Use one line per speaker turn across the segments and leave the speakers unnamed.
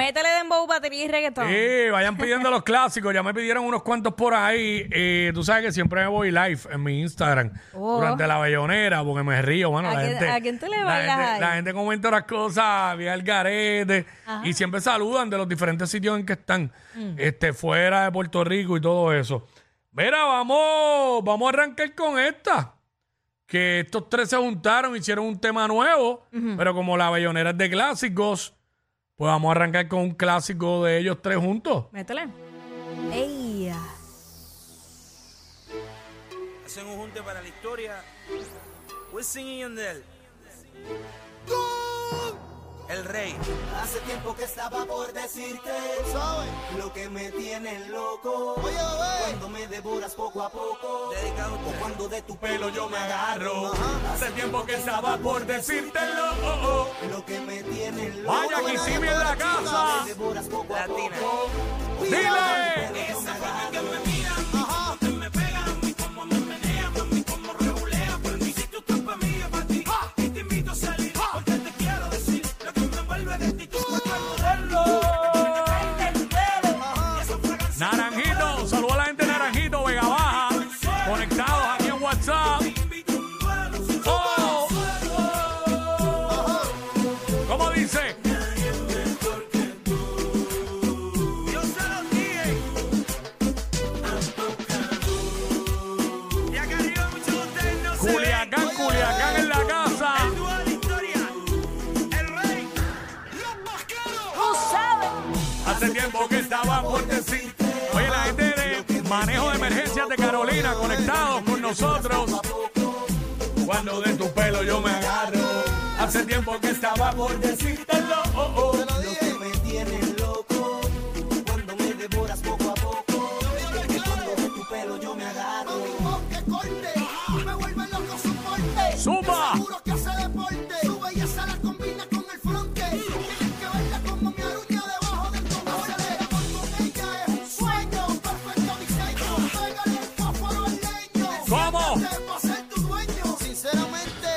Métele dembow, batería y reggaetón.
Sí, vayan pidiendo los clásicos. Ya me pidieron unos cuantos por ahí. Eh, tú sabes que siempre me voy live en mi Instagram
Oh.
durante la bayonera porque me río, mano.
¿A
la
quién-
gente,
a quién tú le
la
bailas
gente-
ahí?
La gente comenta las cosas, vía el garete.
Ajá. Mm.
Y siempre saludan de los diferentes sitios en que están, este, fuera de Puerto Rico y todo eso. Mira, vamos, vamos a arrancar con esta. Que estos tres se juntaron, hicieron un tema nuevo, pero como la bayonera es de clásicos, pues vamos a arrancar con un clásico de ellos tres juntos.
Métele. Ey.
Hacen un junte para la historia. Wisin y Yandel. El rey.
Hace tiempo que estaba por decirte lo que me tiene loco. Cuando me devoras poco a poco,
Dedicado a
o
usted.
cuando de tu pelo yo me agarro.
Hace tiempo que estaba por decírtelo. oh, oh.
Lo que me tiene loco.
Vaya que sí viene la casa.
Me devoras poco a
Latina.
poco.
Dile.
Ah. Ah.
Naranjito, saludo a la gente de Naranjito, Vega Baja, conectados aquí en WhatsApp. Oh.
Ah.
¿Cómo dice?
Yo se los
eh.
dije. Ya que arriba muchos de ustedes no se ven.
Culiacán, Culiacán en la casa.
El dúo de la historia. El rey. Los mascaros.
Hace tiempo que estaba por decir. Oye, la gente de manejo de emergencias de Carolina conectados con nosotros. Cuando de tu pelo yo me agarro. Hace tiempo que estaba por decírtelo. oh, oh.
Lo que me tiene loco. Cuando me devoras poco a poco. o Cuando de tu pelo yo me agarro.
que corte, me vuelve loco su porte.
¡Zumba!
De seguro que hace deporte, su belleza la combina con el fronte. Tienes que verla como mi aruña debajo del cogote. El amor con ella es un sueño, un perfecto diseño. Pégale el fósforo al leño.
¿Cómo?
Siéntate pa' ser tu dueño.
Sinceramente.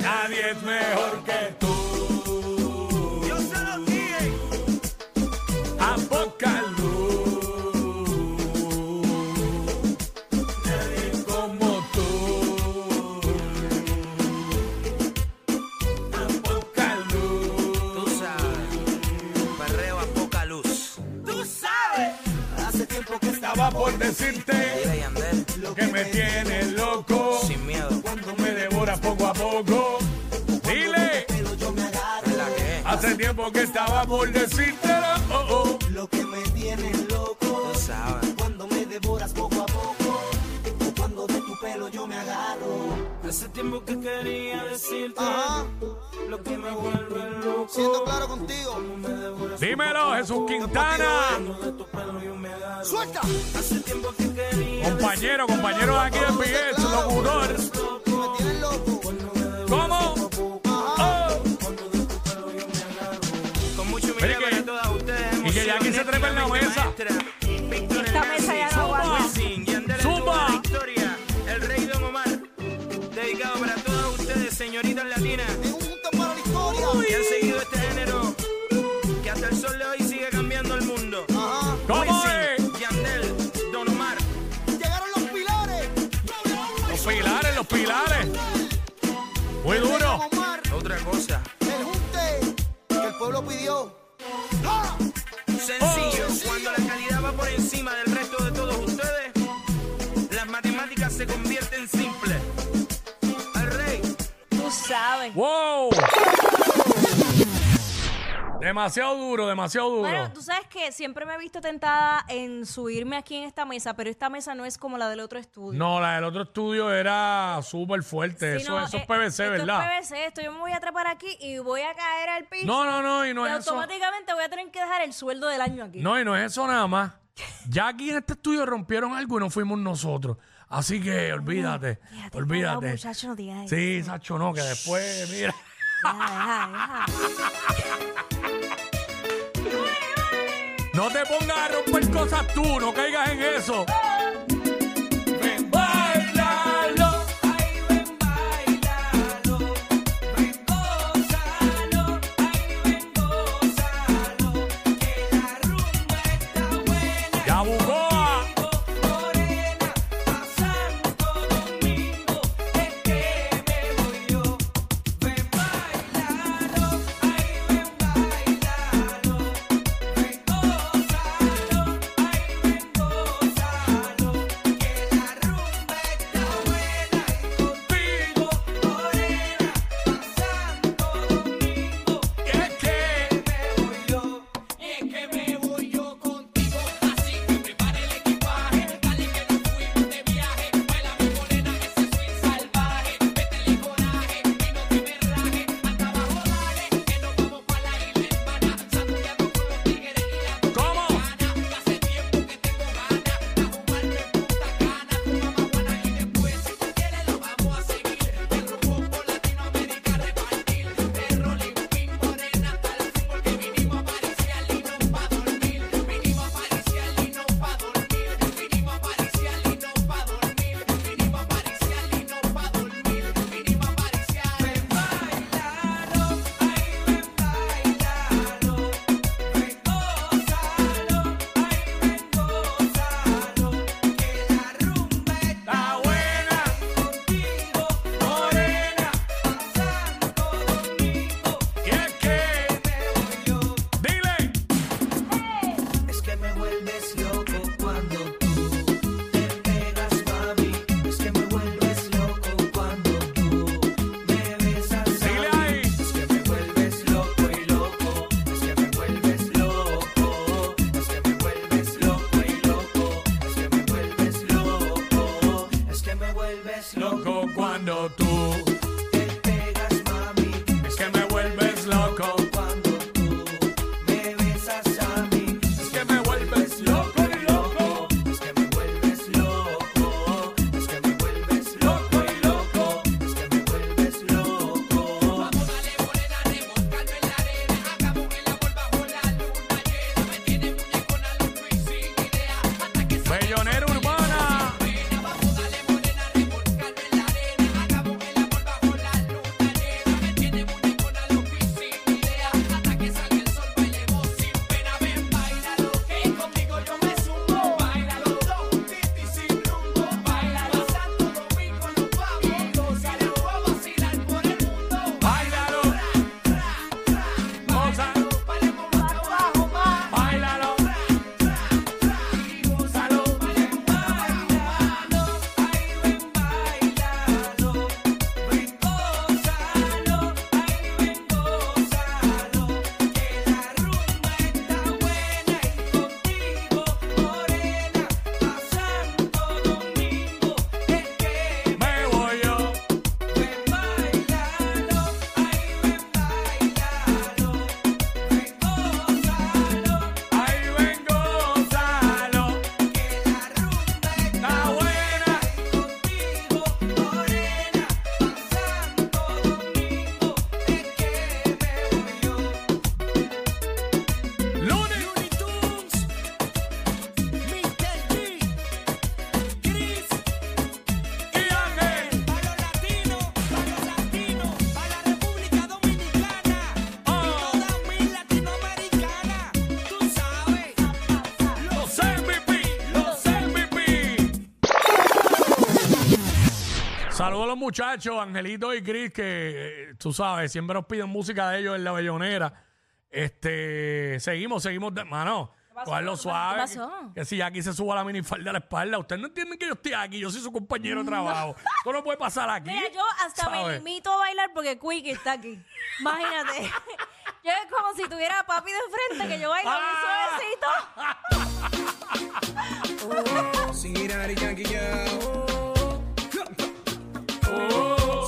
Nadie es mejor que tú.
Yo se los dije.
Apocalú. Nadie como tú. Apocalú.
Tú sabes, perreo a poca luz. Tú sabes,
Hace tiempo que estaba
Estaba por decirte
dile Yandel,
lo
que me tienes loco.
sin miedo,
Cuando me devoras poco a poco. Dile,
pelo yo me agarro.
es la que es.
hace tiempo que estaba por decírtelo. Oh, oh.
Lo que me tiene loco.
Tú sabes,
Cuando me devoras poco a poco, o cuando de tu pelo yo me agarro.
hace tiempo que quería decirte lo que me vuelve loco.
Siendo claro contigo.
oh. Dímelo, Jesús Quintana.
De tu pelo yo me agarro.
Suelta.
Hace tiempo que quería
Compañero, compañero de aquí de PX, locutor.
Me tienes loco.
¿Cómo? Oh.
con mucho
Oye,
milagro
que-
de todas ustedes.
y que ya aquí se trepa en la mesa.
Esta mesa ya no aguanta.
Zumba.
Zumba. Victoria, el rey Don Omar. Dedicado para todas ustedes, señoritas latinas.
En un junto para la historia.
que han seguido este género que hasta el sol de hoy sigue cambiando el mundo.
Ajá.
¿Cómo es?
Wisin, Yandel, Don Omar,
Llegaron los pilares.
Los pilares, los pilares. Muy duro.
Omar,
otra cosa.
el junte que el pueblo pidió. ¡Ah!
Sencillo, cuando la calidad va por encima del resto de todos ustedes, las matemáticas se convierten en simples. Al rey,
Tú sabes.
Wow. Demasiado duro, demasiado duro.
Bueno, tú sabes que siempre me he visto tentada en subirme aquí en esta mesa, pero esta mesa no es como la del otro estudio.
No, la del otro estudio era súper fuerte.
Sino,
Eso, eso
eh,
es PVC,
esto
¿verdad?
Es PVC, esto yo me voy a atrapar aquí y voy a caer al piso.
No, no, no, y no
y
es eso.
automáticamente voy a tener que dejar el sueldo del año aquí.
No, y no es eso nada más. Ya aquí en este estudio rompieron algo y no fuimos nosotros. Así que olvídate,
Fíjate, no,
olvídate.
muchacho, no digas eso.
Sí, Sacho, no, que después, mira.
Deja, deja, deja.
No te pongas a romper cosas tú, no caigas en eso. Ven, bailalo.
ay, ven, bailalo, ven, gózalo, ay, ven, gózalo, que
Saludos a los muchachos, Angelito y Chris, que eh, tú sabes, siempre nos piden música de ellos en la bellonera. Este, seguimos, seguimos, de, mano.
pasó?
Cogerlo
¿Qué
suave.
pasó?
Que, que si aquí se suba la minifalda a la espalda. Ustedes no entienden que yo estoy aquí, yo soy su compañero de trabajo. Esto no puede pasar aquí.
Mira, yo hasta me
¿sabes?
limito a bailar porque Quick está aquí. Imagínate. yo es como si tuviera a papi de frente que yo bailo
Ah.
muy suavecito.
Sigirari Yankee Yao.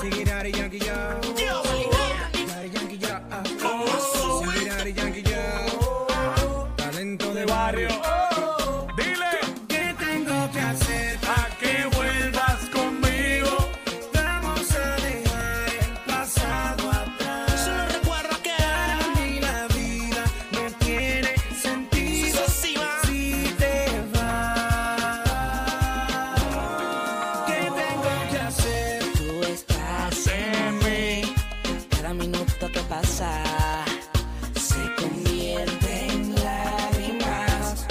Sigirari Yankee Yao. Yari Yankee Yao. Sigirari Yankee Yao. Talento de barrio.
Dile
¿Qué tengo que hacer?
a que vuelvas conmigo.
Vamos a dejar el pasado atrás. Solo recuerdo que para mí la vida no tiene sentido si, te vas. ¿Qué tengo que hacer?
Tú estás
en mí.
Cada minuto que pasa se convierte en lágrimas.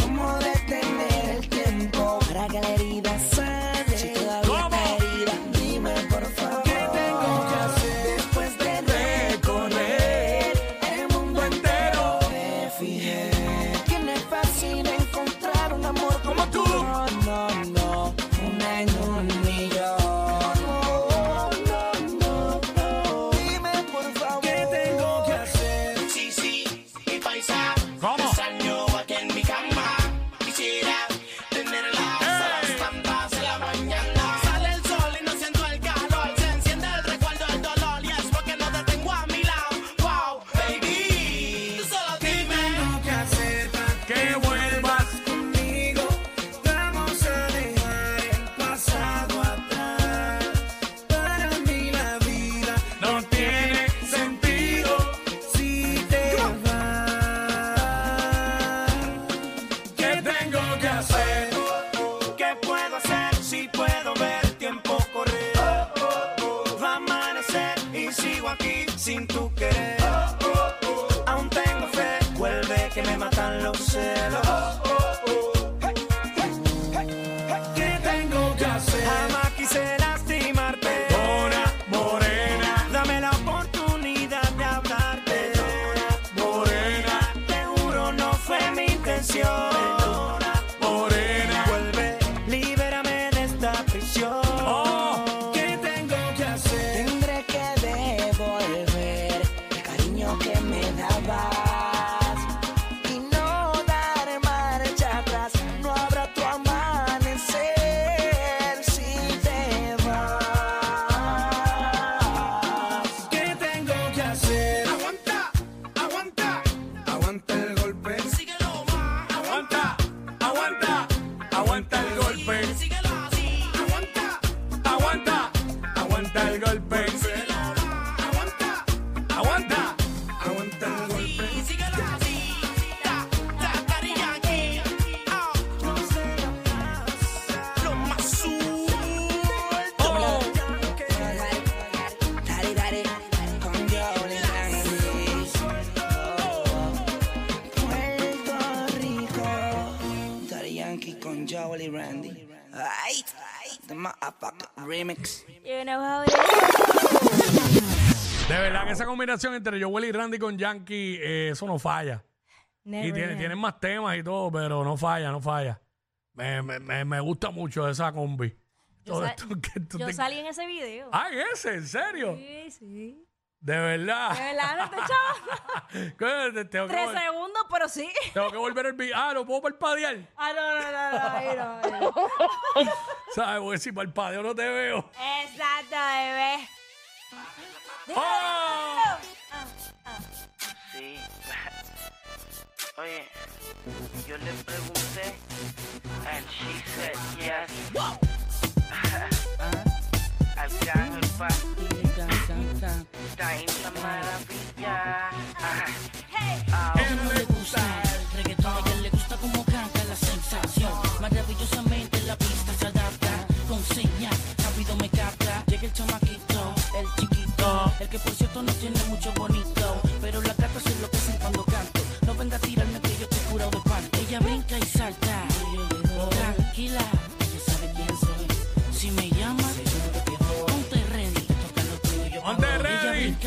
¿Cómo detener el tiempo para que la herida sane? Si todavía
¿Cómo?
está herida, dime por favor. ¿Qué tengo que hacer después de recorrer el mundo entero? Me fijé que no es fácil encontrar un amor como tú. No, no, no, una en un millón. No, no, no, no. Dime por favor.
¿Qué tengo que hacer?
Sí, sí, mi paisa.
¿Cómo?
Salió aquí en mi cama. Quisiera tenerla a las tantas de la mañana. Sale el sol y no siento el calor. Se enciende el recuerdo del dolor. Y es porque no te tengo a mi lado. Wow, baby. Tú solo dime.
¿Qué hacer para
Que vuelvas.
conmigo? Vamos a dejar el pasado atrás. Para mí la vida
No tiene sentido.
si te vas.
¿Qué tengo que hacer?
¿Qué puedo hacer si puedo ver el tiempo correr? Va a amanecer y sigo aquí sin tu querer. Aún tengo fe, vuelve que me matan los celos. ¿Qué tengo que hacer? Jamás quise lastimarte.
Mora morena,
Dame la oportunidad de hablarte.
morena,
Te juro no fue mi intención.
morena.
Vuelve, libérame de esta prisión.
Oh.
¿Qué tengo que hacer?
Tendré que devolver el cariño que me dabas y no dar marcha atrás. No habrá tu amanecer si te vas.
¿Qué tengo que hacer? Aguanta, aguanta, aguanta el golpe.
Síguelo más.
Aguanta, aguanta, aguanta el golpe.
Síguelo así. Aguanta.
Aguanta, aguanta el golpe.
Aguanta.
Aguanta,
Aguanta el golpe.
Y síguelo así. Ta, ta, cari, yankee. Ah. Lo más suelto.
oh,
Dale, dale, con doble Andy. Puerto Rico. Daddy Yankee con Jolly Randy. Ay, the motherfucker remix.
You know how it is.
De verdad que esa combinación entre Joel y Randy con Yankee, eh, eso no falla. Y
Never
tiene-
end.
tienen más temas y todo, pero no falla, no falla. Me, me- me- me gusta mucho esa combi. Todo
sal-
esto que tú
Yo
te-
salí en ese video.
Ah, ese, en serio.
Sí, sí.
De verdad.
De verdad, no te echaba
Coño, te- tengo, que,
tres
vol-
segundos, pero sí.
tengo que volver el video. Ah, lo puedo parpadear.
Ah, no, no, no, no, ahí no, ahí no.
¿Sabes? Porque si parpadeo no te veo.
Exacto, bebé.
¡Oh!
Sí. Oye, yo le pregunté, and she said yes. Arcángel pa, está en la maravilla. Ajá.
el reggaetón a ella le gusta como canta la sensación maravillosamente la pista se adapta con señas rápido me capta llega el chamaquito el chiquito el que por cierto no tiene mucho bonito pero las gatas se enloquecen cuando canto no venga a tirarme que yo te juro de pan ella brinca y salta tranquila ella sabe quién soy si me llama yo no te pierdo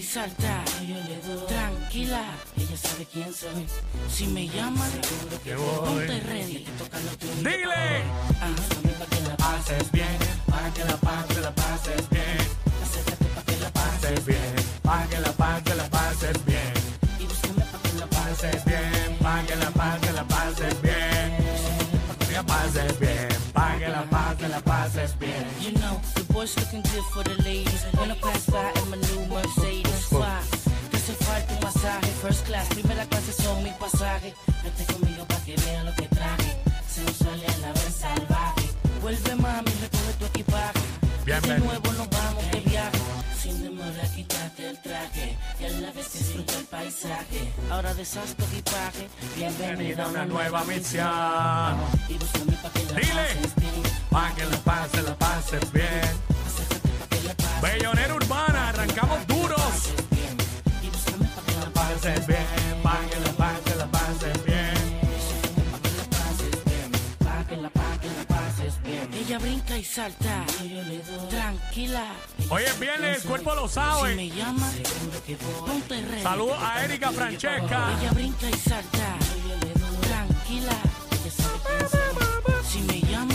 salta. Tranquila, ella sabe quién soy. Si me llama,
Que voy.
ponte ready. Toca los tuyos.
Dile.
Ah, mami, pa' que la pases bien.
Para que la paz, que la pases bien.
Acércate pa' que la pases.
Pases bien. Para que la paz, que la pases bien.
Y búscame pa' que la
Pases
pases.
bien. Para que la paz, que la pases bien. Que la pases bien. Para que la paz, que la pases bien.
You know, the boys looking good for the ladies. When I pass by in my new Mercedes. Fly. Te hace falta un masaje. First class, primera clase son mi pasaje. Vete conmigo pa' que vean lo que traje. Sensual y a la vez salvaje. Vuelve mami, recoge tu equipaje. De
Bienvenido.
nuevo nos vamos de viaje. Sin demora, quítate el traje. Y a la vez disfruta el paisaje. Ahora deshaz tu equipaje. Bienvenida a una nueva
misión.
Y búscame pa' que la
Dile.
pases bien.
Para que la paz, que la pases bien.
Acércate pa' que la pases
Bellonera Urbana, arrancamos duros.
bien. Y búscame pa' que la pases
Pases bien. Para que la paz, que la pases bien.
Pa' que la pa' que la pases bien. Ella brinca y salta. Tranquila.
Hoy es viernes, el cuerpo lo sabe.
Si me llama, ponte ready.
Saludos a Erika Francesca.
Ella brinca y salta. Tranquila. Ella sabe quién soy. Si me llama,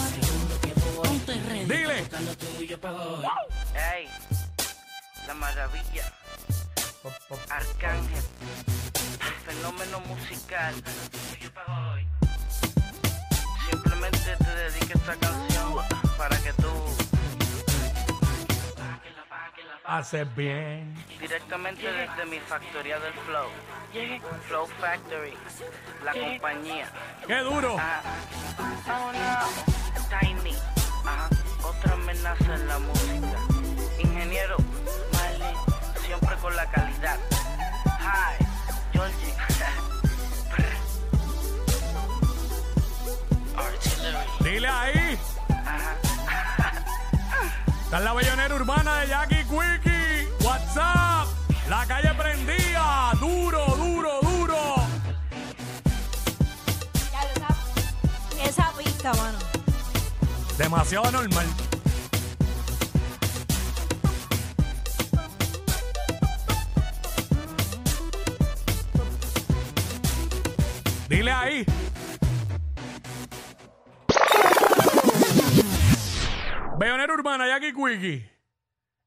ponte ready.
Dile.
Toca lo tuyo pa' hoy.
Ey, la maravilla. Arcángel, el fenómeno musical. Simplemente te dedico esta canción para que tú
Haces bien.
directamente desde mi factoría del flow, Flow Factory, la compañía.
Qué duro.
Ah, oh no, Tiny, ah, otra amenaza en la música. Ingeniero, vale, siempre con la calidad. Hi, Georgie. Artillery.
Dile ahí. Está en la bellonera urbana de Jackie Quickie. WhatsApp. La calle prendía. Duro, duro, duro.
Ya lo sabes. Esa pista, mano.
Demasiado normal. Dile ahí. Bellonera Urbana, Jackie Quickie.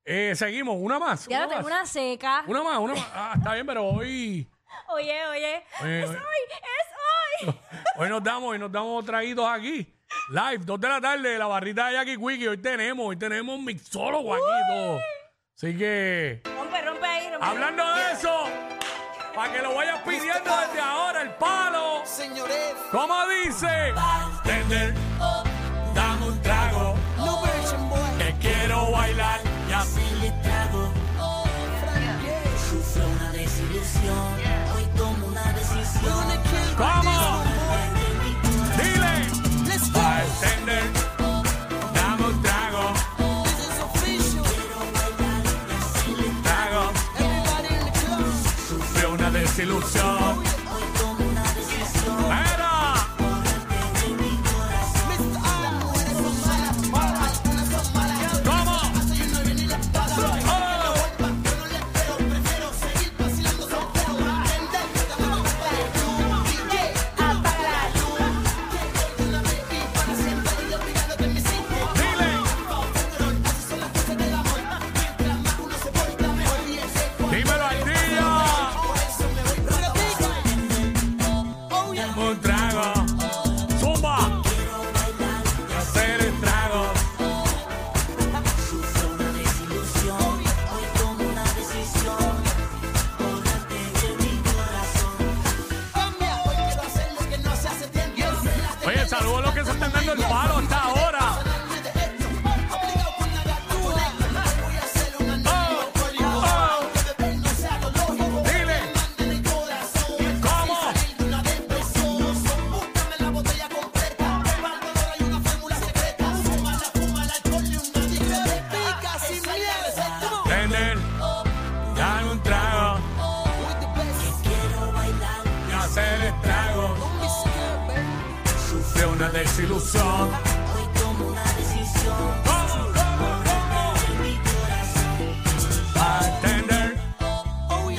Eh, seguimos, una más.
Ya
una,
lo tengo
más.
una seca.
una más, una más. Ah, está bien, pero hoy,
Oye, oye.
Oye,
es hoy,
oye.
es hoy.
hoy nos damos, hoy nos damos traídos aquí. Live, 2 de la tarde, la barrita de Jackie Quickie. Hoy tenemos, hoy tenemos un mixólogo aquí y todo. Así que,
Rompe, rompe ahí, rompe.
hablando de eso, para que lo vayas pidiendo desde ahora, el palo.
Señores,
¿Cómo dice? Tender, oh, dame un trago.
no version boy.
Que quiero bailar y así ¿Cómo? Dile.
Let's go.
Bartender, dame un trago.
This is official.
Trago,
Everybody in the club. Oh,
sufre una desilusión. ¡Era!
Mr. I. Mujeres son malas, algunas son malas.
¿Cómo?
Soy uno bien y las paso.
¡Oh!
Yo no le espero, prefiero seguir vacilando soltero. Entender, estamos para el club. DJ, apaga la luz. Que hoy una vez y para siempre voy olvidando de mis hijos.
Dile. Dímelo al día. Dame un trago. Zumba. Hacer el trago. Oye, saludos a los que se están dando el palo hasta ahora. Oh, oh. Dile. ¿Cómo? Tender, dame un trago. Y hacer el trago. Sufre una desilusión. ¿Cómo, cómo, cómo? Bartender,
Oh,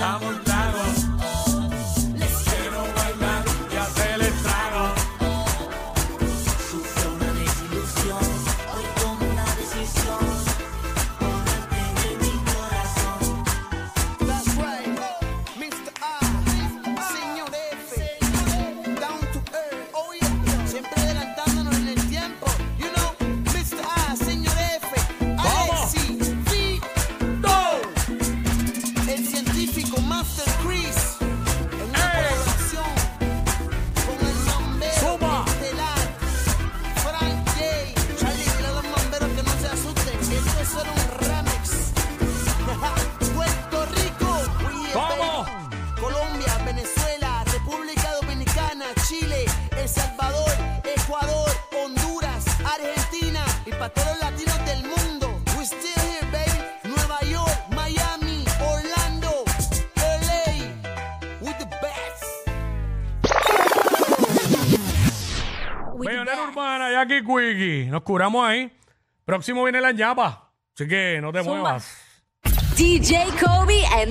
El Salvador, Ecuador, Honduras, Argentina y para todos los latinos del mundo. We still here, baby. Nueva York, Miami, Orlando, LA. We the best.
With
Millonera
that.
Urbana, Jackie Quickie. Nos curamos ahí. Próximo viene la ñapa. Así que no te
Zumba.
muevas.
DJ Kobe and